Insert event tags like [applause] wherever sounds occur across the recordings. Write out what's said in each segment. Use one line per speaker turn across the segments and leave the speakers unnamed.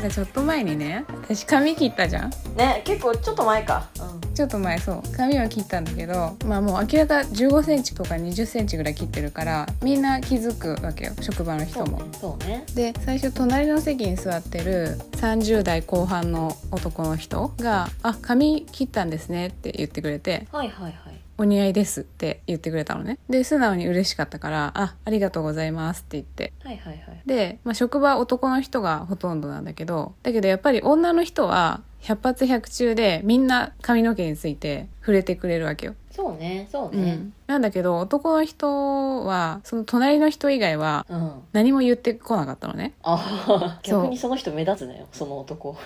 かちょっと前にね私髪切ったじゃん
ね結構ちょっと前か
ちょっと前そう髪を切ったんだけどまあもう明らか1 5センチとか2 0センチぐらい切ってるからみんな気づくわけよ職場の
うん
人も。
そうね
で最初隣の席に座ってる30代後半の男の人が「あ髪切ったんですね」って言ってくれて
はいはいはい
「お似合いです」って言ってくれたのねで素直に嬉しかったから「あありがとうございます」って言って
はいはいはい
で、まあ、職場は男の人がほとんどなんだけどだけどやっぱり女の人は百発百中でみんな髪の毛について触れてくれるわけよ、
そうねそう
う
ね
ん、なんだけど男の人はその隣の人以外は
うん、
何も言ってこなかったのね
ああ
そう
逆にその人目立つなよその男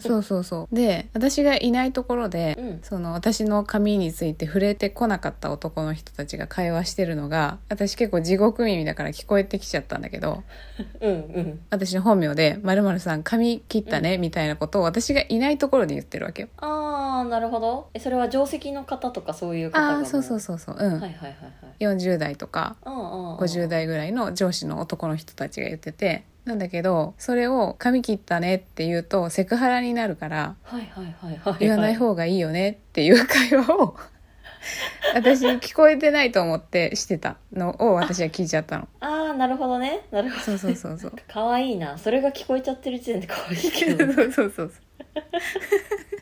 そうそうそうで私がいないところで
うん
その私の髪について触れてこなかった男の人たちが会話してるのが私結構地獄耳だから聞こえてきちゃったんだけど
うんうん
私の本名で「まるさん髪切ったね」みたいなことを私がいないところで言ってるわけよ。
ああなるほどえそれは定石の方とかそういう方が
あ
も
あそうそうそうそううん、
はいはいはいはい
40代とか
うんうんうん
50代ぐらいの上司の男の人たちが言っててなんだけどそれを「髪切ったね」って言うとセクハラになるから
はいはいはいはい
言わない方がいいよねっていう会話
[laughs]
を私聞こえてないと思ってしてたのを私は聞いちゃっ
[laughs]
たの。
ああなるほどねなるほど
そうそうそう
[laughs]
そう
可愛いなそれが聞こえちゃってる時点で可愛いけ
そ
ど
[laughs] うそうそうそう。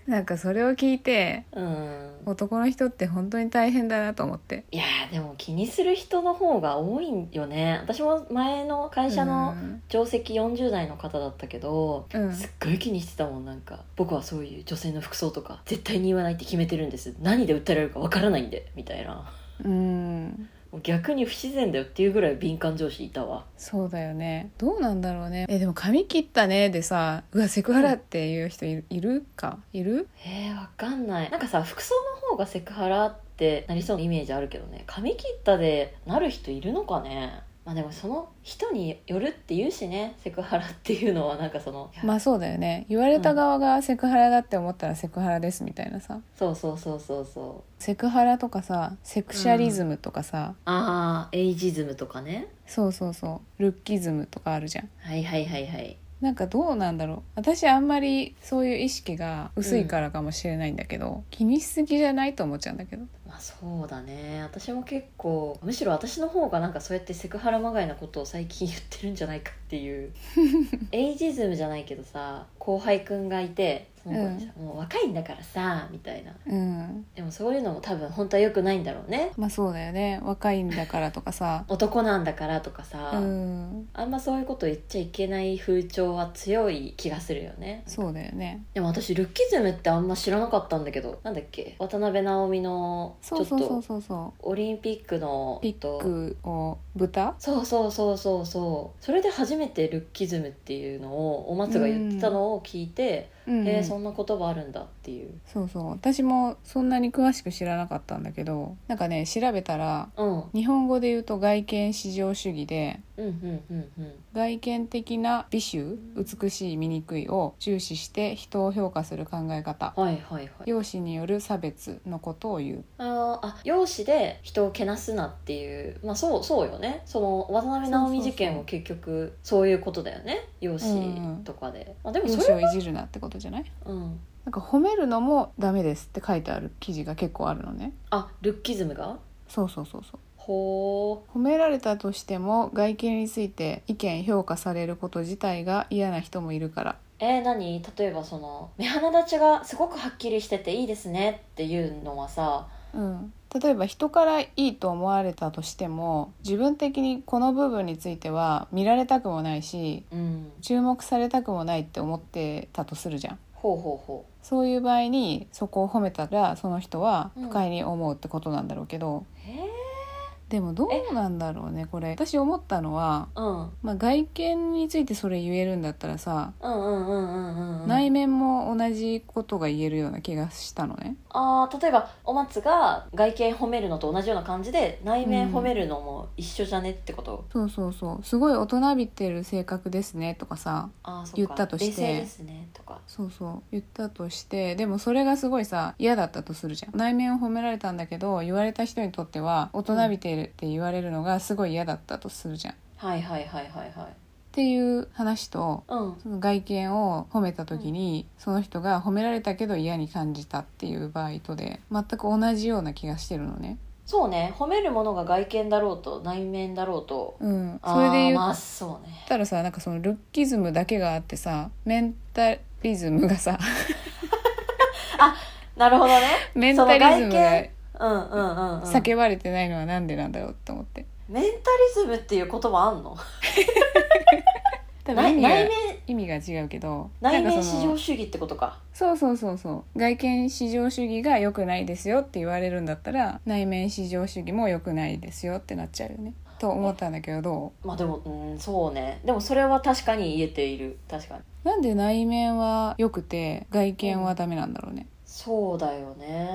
なんかそれを聞いて
うん
男の人って本当に大変だなと思って
いやーでも気にする人の方が多いよね私も前の会社の定石40代の方だったけど、
うん、うん
すっごい気にしてたもんなんか僕はそういう女性の服装とか絶対に言わないって決めてるんです何で訴えられるかわからないんでみたいな
うん、
もう逆に不自然だよっていうぐらい敏感上司いたわ
そうだよねどうなんだろうねえでも髪切ったねでさうわセクハラっていう人いるいるかいる
えー、わかんないなんかさ服装の方がセクハラってなりそうなイメージあるけどね髪切ったでなる人いるのかねまあでもその人によるって言うしねセクハラっていうのはなんかその、
まあそうだよね言われた側がセクハラだって思ったらセクハラですみたいなさ
そうそうそうそうそう
セクハラとかさセクシャリズムとかさ、
ああエイジズムとかね
そうそうそうルッキズムとかあるじゃん
はいはいはいはい
なんかどうなんだろう私あんまりそういう意識が薄いからかもしれないんだけど、気にしすぎじゃないと思っちゃうんだけど
まあそうだね私も結構むしろ私の方がなんかそうやってセクハラまがいなことを最近言ってるんじゃないかって [laughs] いうエイジズムじゃないけどさ後輩くんがいてその子にさ、もう若いんだからさ」みたいな
うん
でもそういうのも多分本当は良くないんだろうね
まあそうだよね若いんだからとかさ
男なんだからとかさ、
うん
あんまそういうこと言っちゃいけない風潮は強い気がするよね
そうだよね
でも私ルッキズムってあんま知らなかったんだけどなんだっけ渡辺直美のち
そ
ょ
う
っ
そうそう
と
そうそう
オリンピックの
ピックを豚
そうそうそうそうそうそれで初めてルッキズムっていうのをお松が言ってたのを聞いて、
うんうん
へえそんな言葉あるんだっていう
そうそう私もそんなに詳しく知らなかったんだけどなんかね調べたら
うんうん
日本語で言うと外見至上主義で
うんうんうん
外見的な美醜美しい醜いを重視して人を評価する考え方
はいはいはい
容姿による差別のことを言う
あーあ容姿で人をけなすなっていうまあそうそうよねその渡辺直美事件も結局そういうことだよね容姿とかで、まあでも
容
そ
姿
れ
をいじるなってことじゃない
うん
なんか褒めるのもダメですって書いてある記事が結構あるのね
あルッキズムが
そうそうそうそう
ほ
褒められたとしても外見について意見評価されること自体が嫌な人もいるから
うえー、何例えばその目鼻立ちがすごくはっきりしてていいですねっていうのはさ
うん例えば人からいいと思われたとしても自分的にこの部分については見られたくもないし
うん
注目されたくもないって思ってたとするじゃん
ほうほうほ
そういう場合にそこを褒めたらその人は不快に思うってことなんだろうけど、
うえ
でもどうなんだろうねこれ私思ったのは、
ー、うん
まあ、外見についてそれ言えるんだったらさ
うんうんうんうんうん
内面も同じことが言えるような気がしたのね
あー例えばお松が外見褒めるのと同じような感じで内面褒めるのも一緒じゃねってこと、
そうそうそうすごい大人びてる性格ですねとかさ
あーそか
言ったとして
冷静ですねとか
そうそう言ったとしてでもそれがすごいさ嫌だったとするじゃん内面を褒められたんだけど言われた人にとっては大人びてるって言われるのがすごい嫌だったとするじゃん、
はいはいはいはいはい
っていう話と
うん
その外見を褒めた時に、その人が褒められたけど嫌に感じたっていう場合とで全く同じような気がしてるのね。
そうね褒めるものが外見だろうと内面だろうと
うん、
あ
それで
ー
言う
まあそうね
たらさなんかそのルッキズムだけがあってさメンタリズム
[laughs]
がさ
なるほどね
メンタリズムが
うんうんうん、うん、
叫ばれてないのはなんでなんだろうと思って。
メンタリズムっていう言葉あん
[laughs]
の
多
内
分意味
内
が
面
意味が違うけど
内
なん
面
かそ
至
の
上主義ってことか
そうそうそうそう外見至上主義が良くないですよって言われるんだったら内面至上主義も良くないですよってなっちゃうよねと思ったんだけどど
まあでもうんそうねでもそれは確かに言えている確かに
うなんで内面は良くて外見はダメなんだろうね
そうだよね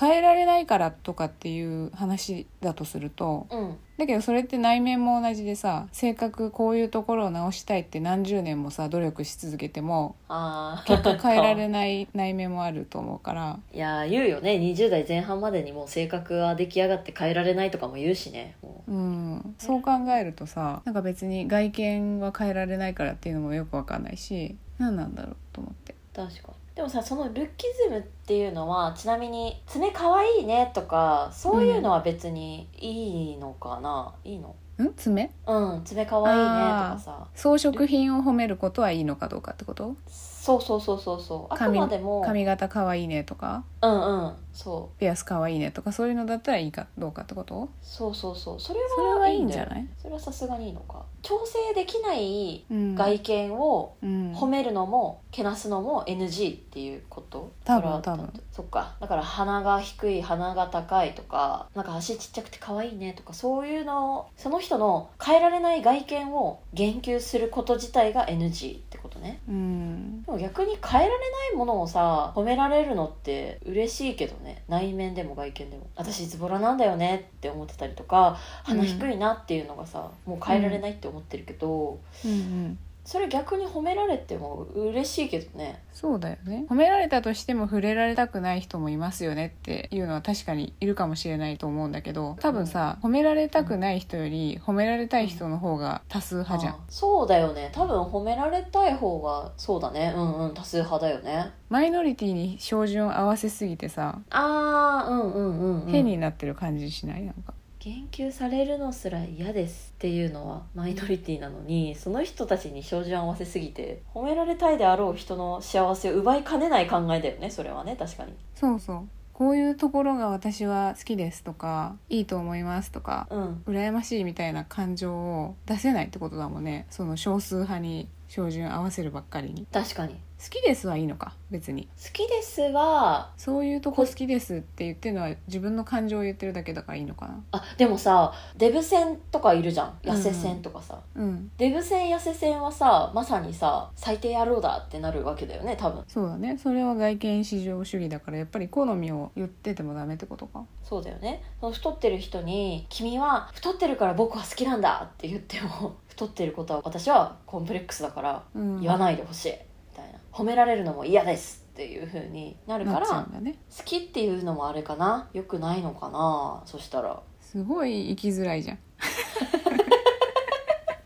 変えられないからとかっていう話だとすると
うん
だけどそれって内面も同じでさ性格こういうところを直したいって何十年もさ努力し続けても
あ
[laughs] 結局
あ
変えられない内面もあると思うから
いやー言うよね20代前半までにもう性格は出来上がって変えられないとかも言うしねも
うん、そう考えるとさなんか別に外見は変えられないからっていうのもよくわかんないし何なんだろうと思って
う確かにでもさそのルッキズムっていうのはちなみに「爪かわいいね」とかそういうのは別にいいのかな、いいの
ん爪
うん爪かわいいねとかさ
装飾品を褒めることはいいのかどうかってこと
そうそうそうそうそうあく
髪
までも
髪型かわいいねとか
うんうんそう
ピアスかわいいねとかそういうのだったらいいかどうかってこと
そうそうそうそれ
それ
は
は
い
いい
い
ん
ん
じ
だ
ゃ
よ
ない
それはさすがにいいのか調整できない
うん、
外見を
うん、
褒めるのもけなすのも NG っていうこと
多分
それは
多分
そっかだから鼻が低い鼻が高いとかなんか足ちっちゃくて可愛いねとかそういうのをその人の変えられない外見を言及すること自体が NG ってことね
うん、
でも逆に変えられないものをさ褒められるのって嬉しいけどね内面でも外見でも私ズボラなんだよねって思ってたりとか鼻低いなっていうのがさ、もう変えられないって思ってるけど、
うんうん
それ逆に褒められても嬉しいけどね
そうだよね褒められたとしても触れられたくない人もいますよねっていうのは確かにいるかもしれないと思うんだけど多分さ褒められたくない人より褒められたい人の方が多数派じ
あ
ゃん
そうだよね多分褒められたい方がそうだねうんうん多数派だよね
マイノリティに照準を合わせすぎてさ
あーうんうんうん、うん、
変になってる感じしないなんか
言及されるのすら嫌ですっていうのはマイノリティなのに [laughs] その人たちに照準を合わせすぎて褒められたいであろう人の幸せを奪いかねない考えだよねそれはね確かに
そうそうこういうところが私は好きですとかいいと思いますとか
うん
羨ましいみたいな感情を出せないってことだもんねその少数派に照準合わせるばっかりに
確かに好
好きですはいいのか別に
きですは
そういうとこ好きですって言ってるのは自分の感情を言ってるだけだからいいのかな
あでもさデブ戦とかいるじゃん痩せ戦とかさ、
うん
デブ戦痩せ戦はさまさにさ最低野郎だってなるわけだよね多分
そうだねそれは外見至上主義だからやっぱり好みを言っててもダメってことか
そうだよねその太ってる人に「君は太ってるから僕は好きなんだ」って言っても太ってることは私はコンプレックスだから
うん
言わないでほしいみたいな褒められるのも嫌ですっていう風になるか
なっちゃ
ら
うんだね
好きっていうのもあれかな良くないのかなそしたら
すごい生きづらいじゃん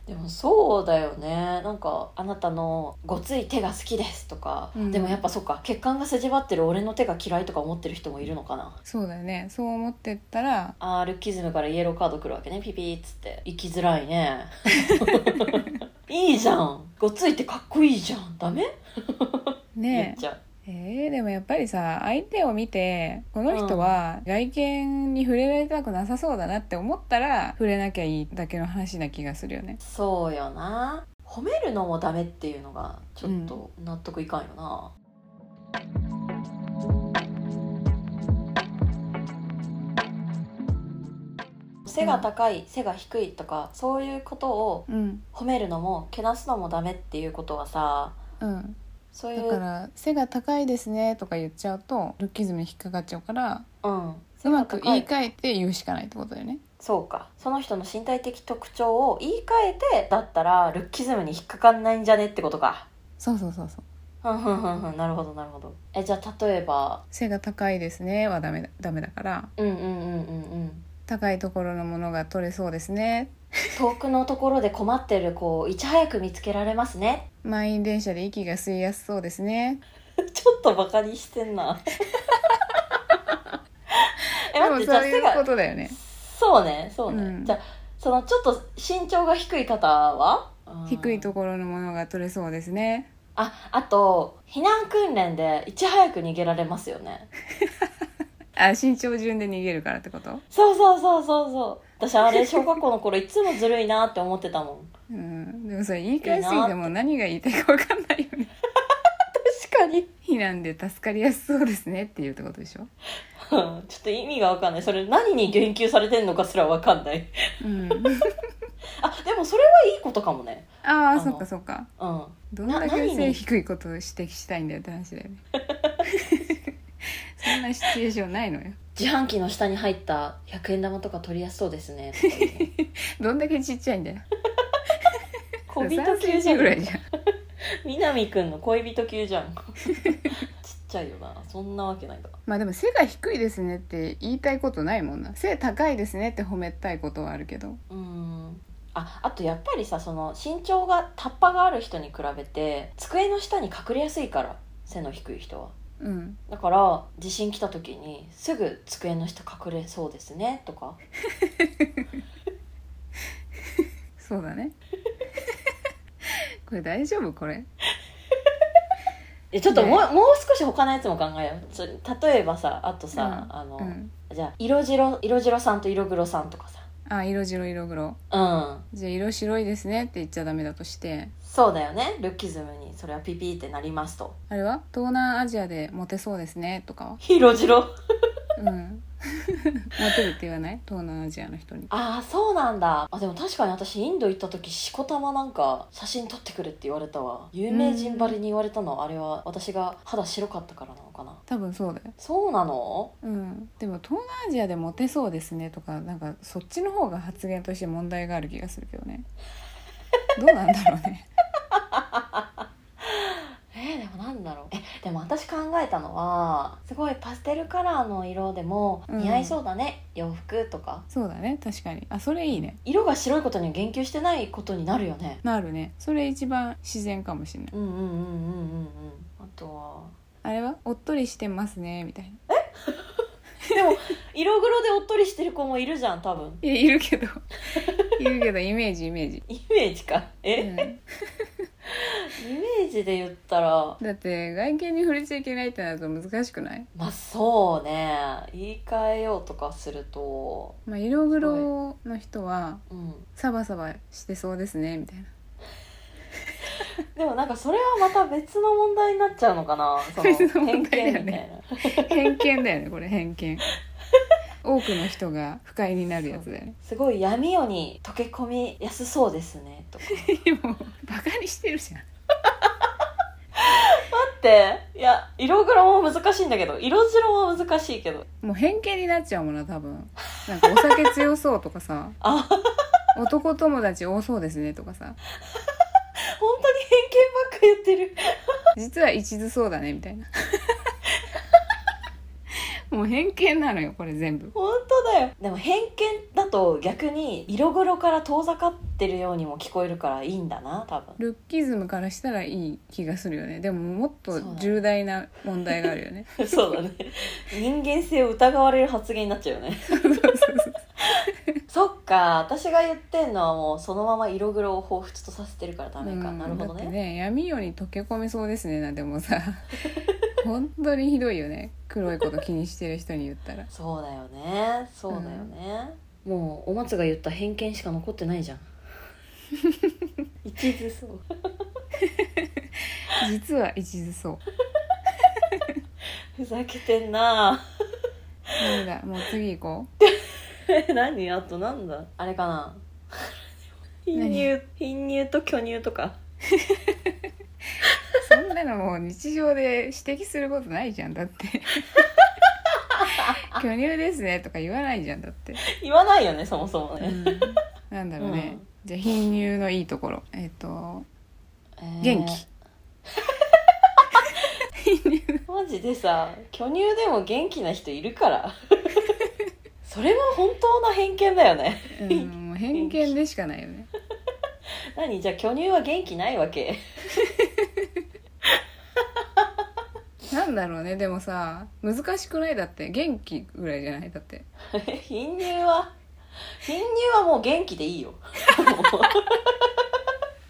でもそうだよねなんか「あなたのごつい手が好きです」とか、
うん
でもやっぱそっか血管が筋張ってる俺の手が嫌いとか思ってる人もいるのかな
そうだよねそう思ってったら
あールッキズムからイエローカード来るわけねピピーっつって生きづらい
[laughs]
ね [laughs] いいじゃんごついってかっこいいじゃんダメ、めっ
ね
ちゃ
ええーでもやっぱりさ相手を見てこの人は外見に触れられたくなさそうだなって思ったら触れなきゃいいだけの話な気がするよね
そうよな褒めるのもダメっていうのがちょっと納得いかんよな、背が高い背が低いとかそういうことを
うん
褒めるのもけなすのもダメっていうことはさ
うん
そうい
だか
う、
ら背が高いですねとか言っちゃうとルッキズムに引っかかっちゃうから
うん、
うまく言い
背が高
換えて言うしかないってことだよね
そうかその人の身体的特徴を言い換えてだったらルッキズムに引っかかんないんじゃねってことか
そうそうそうそう
ふんふんふんふんなるほどなるほどえじゃあ例えば
背が高いですねはダメだダメだから
うんうんうんうんうん
高いところのものが取れそうですね
遠くのところで困ってる子をいち早く見つけられますね
満員電車で息が吸いやすそうですね
[laughs] ちょっとバカにしてん [laughs] なえ
で
待っ
も
てじ
そ
ゃあ
うい
背
う
が
ことだよね
そうねそうね、
うん
じゃあそのちょっと身長が低い方は
低いと
こ
ころのものが取れそうですね
ああと避難訓練でいち早く逃げられますよね
あ身長順で逃げるからってこと
そうそうそうそうそう私あれ小学校の頃いつもずるいなって思ってたもん [laughs]
うんでもそれ言い返しすぎてもう何が言いたいか分かんないよね
[laughs] 確かに
避難で助かりやすそうですねっていうってことでしょ
ちょっと意味がわかんないそれ何に言及されてんのかすらわかんない
うん
あでもそれはいいことかもね
あ
あ
あ
の
そっかそっか
うん
どんだ
な何
け
に
背低いことを指摘したいんだよって話だよね [laughs] そんなシチュエーションないのよ
自販機の下に入った100円玉とか取りやすそうですねとか言って
どんだけちっちゃいんだよ
[laughs] 小人
3セ
級じ
ン
ゃ
チ
ん
ぐ
[laughs]
らいじゃん
南くんの恋人級じゃん [laughs] ちっちゃいよなそんなわけないか
まあでも背が低いですねって言いたいことないもんな背高いですねって褒めたいことはあるけど
うーんああとやっぱりさその身長がタッパがある人に比べて机の下に隠れやすいから背の低い人は
うん
だから地震来た時にすぐ机の下隠れそうですねとか
そうだね [laughs] これ大丈夫これ
えちょっともう,、
ね
もう少し他のやつも考えようそれ例えばさあとさ、
うん
あの
うん
じゃあ色白色白さんと色黒さんとかさ
あ色白色黒
うん
じゃあ色白いですねって言っちゃダメだとして
そうだよねルッキズムにそれはピピってなりますと
あれは東南アジアでモテそうですねとかは
色白
うんモテるって言わない東南アジアの人に
ああそうなんだあでも確かに私インド行った時しこたまなんか写真撮ってくれって言われたわ有名人ばりに言われたのあれは私が肌白かったからなのかな
多分そうだよ
そうなの
うんでも東南アジアでモテそうですねとかなんかそっちの方が発言として問題がある気がするけどねどうなんだろうね
えー、でもなんだろうえでも私考えたのはすごいパステルカラーの色でも
うん
似合いそうだね、洋服とか
そうだね確かにあそれいいね
色が白いことに言及してないことになるよね
なるねそれ一番自然かもしれない
うんうんうんうんうんうんあとは
あれはおっとりしてますねみたいな
色黒でおっとりしてる子もいるじゃん多分
いやいるけどいるけどイメージイメージ、
イメージかえ、
う
イ
ん
メージで言ったら
だって外見に触れちゃいけないってなると難しくない、
まあそうね言い換えようとかすると
まあ、色黒の人は
うん
サバサバしてそうですねみたいな
でもなんかそれはまた別の問題になっちゃうのかな [laughs] その
別の
偏見
問
みた
題
い
だ
な、
よね偏見だよねこれ偏見多くの人が不快になるやつだよ [laughs] ね
すごい闇夜に溶け込みやすそうですねとか
もうバカにしてるじゃん
だっていや色黒も難しいんだけど色白も難しいけど
もう偏見になっちゃうもんな多分なんかお酒強そうとかさ
あ
男友達多そうですねとかさ
本当に偏見ばっか言ってる
実は一途そうだねみたいなもう偏見なのよこれ全部
本当だよでも偏見だと逆に色黒から遠ざかってるようにも聞こえるからいいんだな多分
ルッキズムからしたらいい気がするよねでももっ
そう
と
だね
重大な問題があるよね
[laughs] そうだね人間性を疑われる発言になっちゃうよねそっか私が言ってんのはもうそのまま色黒を彷彿とさせてるからダメか、
うん
なるほど
だって
ね
ね闇夜に溶け込みそうですねなんても
[laughs]
うさ本当にひどいよね黒いこと気にしてる人に言ったら
そうだよねそうだよね、もうお松が言った偏見しか残ってないじゃん一途そう
実は一途そう
ふざけてんな
ダメだもう次行こ
[laughs] 何あとなんだあれかな [laughs] 貧乳貧乳と巨乳とか [laughs]
うそんなのもう日常で指摘することないじゃんだって
[laughs]
巨乳ですねとか言わないじゃんだって、
言わないよねそもそも
う
ね、
ん、なんだろうね、
うん
じゃあ貧乳のいいところえっ、と
えー
元
[laughs]
気
マジでさ巨乳でも
[laughs]
元気な人いるからそれも本当の偏見だよね [laughs]
うん、もうう偏見でしかないよね
何じゃあ巨乳は元気ないわけ [laughs]
なんだろうねでもさ難しくないだって元気ぐらいじゃないだって
貧乳は貧乳はもう元気でいいよ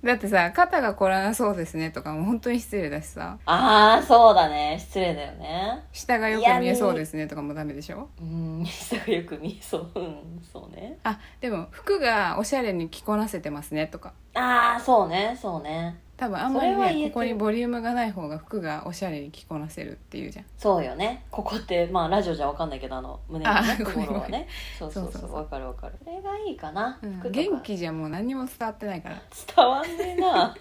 だってさ肩がこらなそうですねとかも本当に失礼だしさ
ああそうだね失礼だよね
下がよく見えそうですねとかもダメでしょ
うん [laughs] 下がよく見えそううんそうね
あでも服がおしゃれに着こなせてますねとか
ああそうねそうね
多分あんまり
それは言えて
ね
る
ここにボリュームがない方が服がおしゃれに着こなせるっていうじゃん
そうよねここってまあラジオじゃわかんないけどあの胸の
あ
ね
ー
ところは
ごめ
ねそうそう
そう
そ
そう
う
そう
わかるわかるそれがいいかな、
うん
服とか
元気じゃもう何にも伝わってな
[laughs]
いから
伝わんねえ
[laughs]
な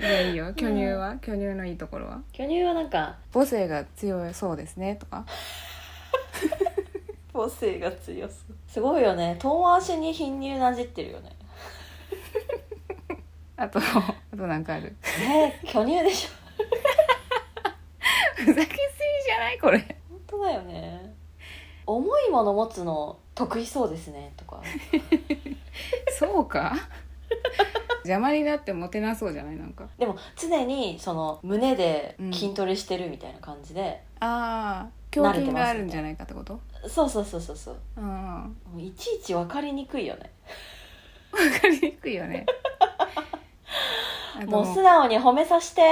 いやいいよ巨乳は、巨乳のいいところは
巨乳はなんか
母性が強いそうですねとか
母性が強そうすごいよね遠回しに貧乳なじってるよね [laughs]
あとあとなんかある
ね [laughs] え巨乳でしょ
ふざけすぎじゃないこれ
本当だよね重いもの持つの得意そうですねとか
そうか [laughs] 邪魔になってモテなそうじゃないなんか
でも常にその胸で筋トレしてるみたいな感じで、
ああ胸
慣れてます
筋があるんじゃないかってこと
そうそうそうそうそう
うんわ
もういちいち分かりにくいよね
かりにくい
[laughs]
よねあと
もう素直に褒めさせて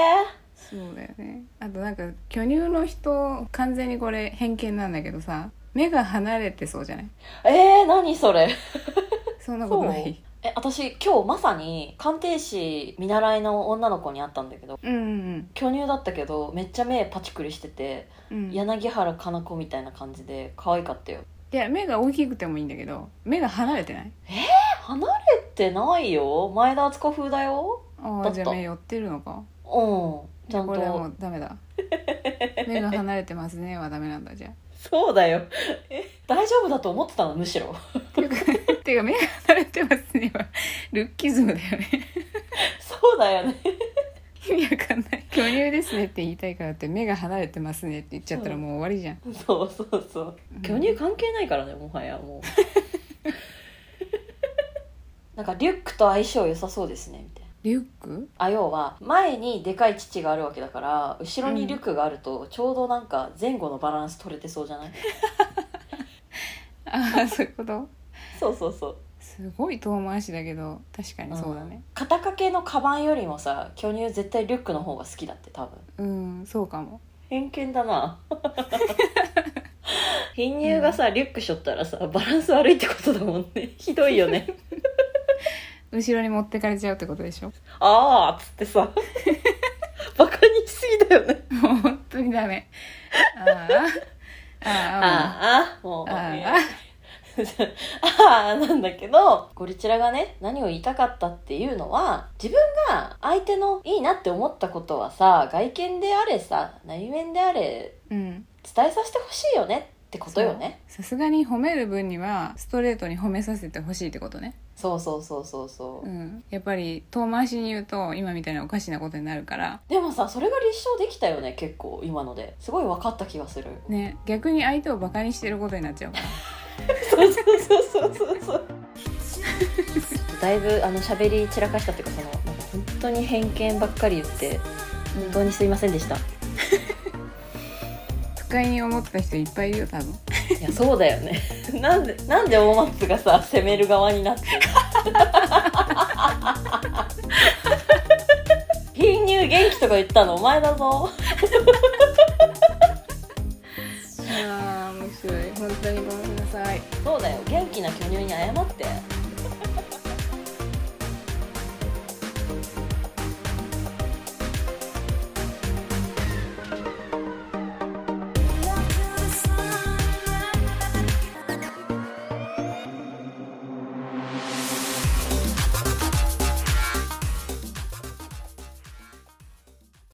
そうだよねあとなんか巨乳の人完全にこれ偏見なんだけどさ目が離れてそうじゃない
えー、何それ
そんなことない
え私今日まさに鑑定士見習いの女の子に会ったんだけど
うんうん
巨乳だったけどめっちゃ目パチクリしてて
うんい
柳原かな子みたいな感じで可愛かったよ
や目が大きくてもいいんだけど目が離れてない
え離れてないよ前田敦子風だよ
あ
だ
あ
った
じゃあ目寄ってるのか
うんち
じゃ
ゃ
あ
ん
これはも
と
うダメだ目が離れてますねはダメなんだじゃ
そうだよえ大丈夫だと思ってたのむしろ [laughs]
あっていうか [laughs] ていうか目が離れてますねはルッキズムだよね
そうだよね
意味わかんない巨乳ですねって言いたいからって目が離れてますねって言っちゃったらもう終わりじゃん
[laughs] そうそうそう
うん
巨乳関係ないからねもはやもう [laughs] なんかリュックと相性良さそうですねみたいな
リュック
あ要は前にでかい乳があるわけだから後ろにリュックがあるとちょうどなんか前後のバランス取れてそうじゃない、
ああそういうこと
[laughs] そうそうそう
すごい遠回しだけど確かにそうだね
肩掛けのカバンよりもさ巨乳絶対リュックの方が好きだって多分
うん、そうかも
偏見だな [laughs] 貧乳がさリュックしょったらさバランス悪いってことだもんねひどいよね
後ろに持ってかれちゃうってことでしょ
ああっつってさ [laughs] バカにしすぎだよね
もう本当にダメああああ
あ [laughs] あもう
ああ
ねああなんだけどゴリチラがね何を言いたかったっていうのは自分が相手のいいなって思ったことはさ外見であれさ内面であれ
うん
伝えさせてほしいよねってことよね
さすがに褒める分にはストレートに褒めさせてほしいってことね
そうそうそうそうそう、
うんやっぱり遠回しに言うと今みたいなおかしなことになるから
でもさそれが立証できたよね結構今のですごい分かった気がする、
ね逆に相手をバカにしてることになっちゃうから
そうそうそうそうそうそうだいぶあの喋り散らかしたっていうかそのなんか本当に偏見ばっかり言って本当にすいませんでした
不快に思った人いっぱいいるよ多分
いやそうだよね [laughs] なんでなんで大松がさ攻める側に [laughs] なってる貧乳元気とか言ったのお前だぞ
ああ面白い本当にごめんなさい
そうだよ元気な巨乳に謝って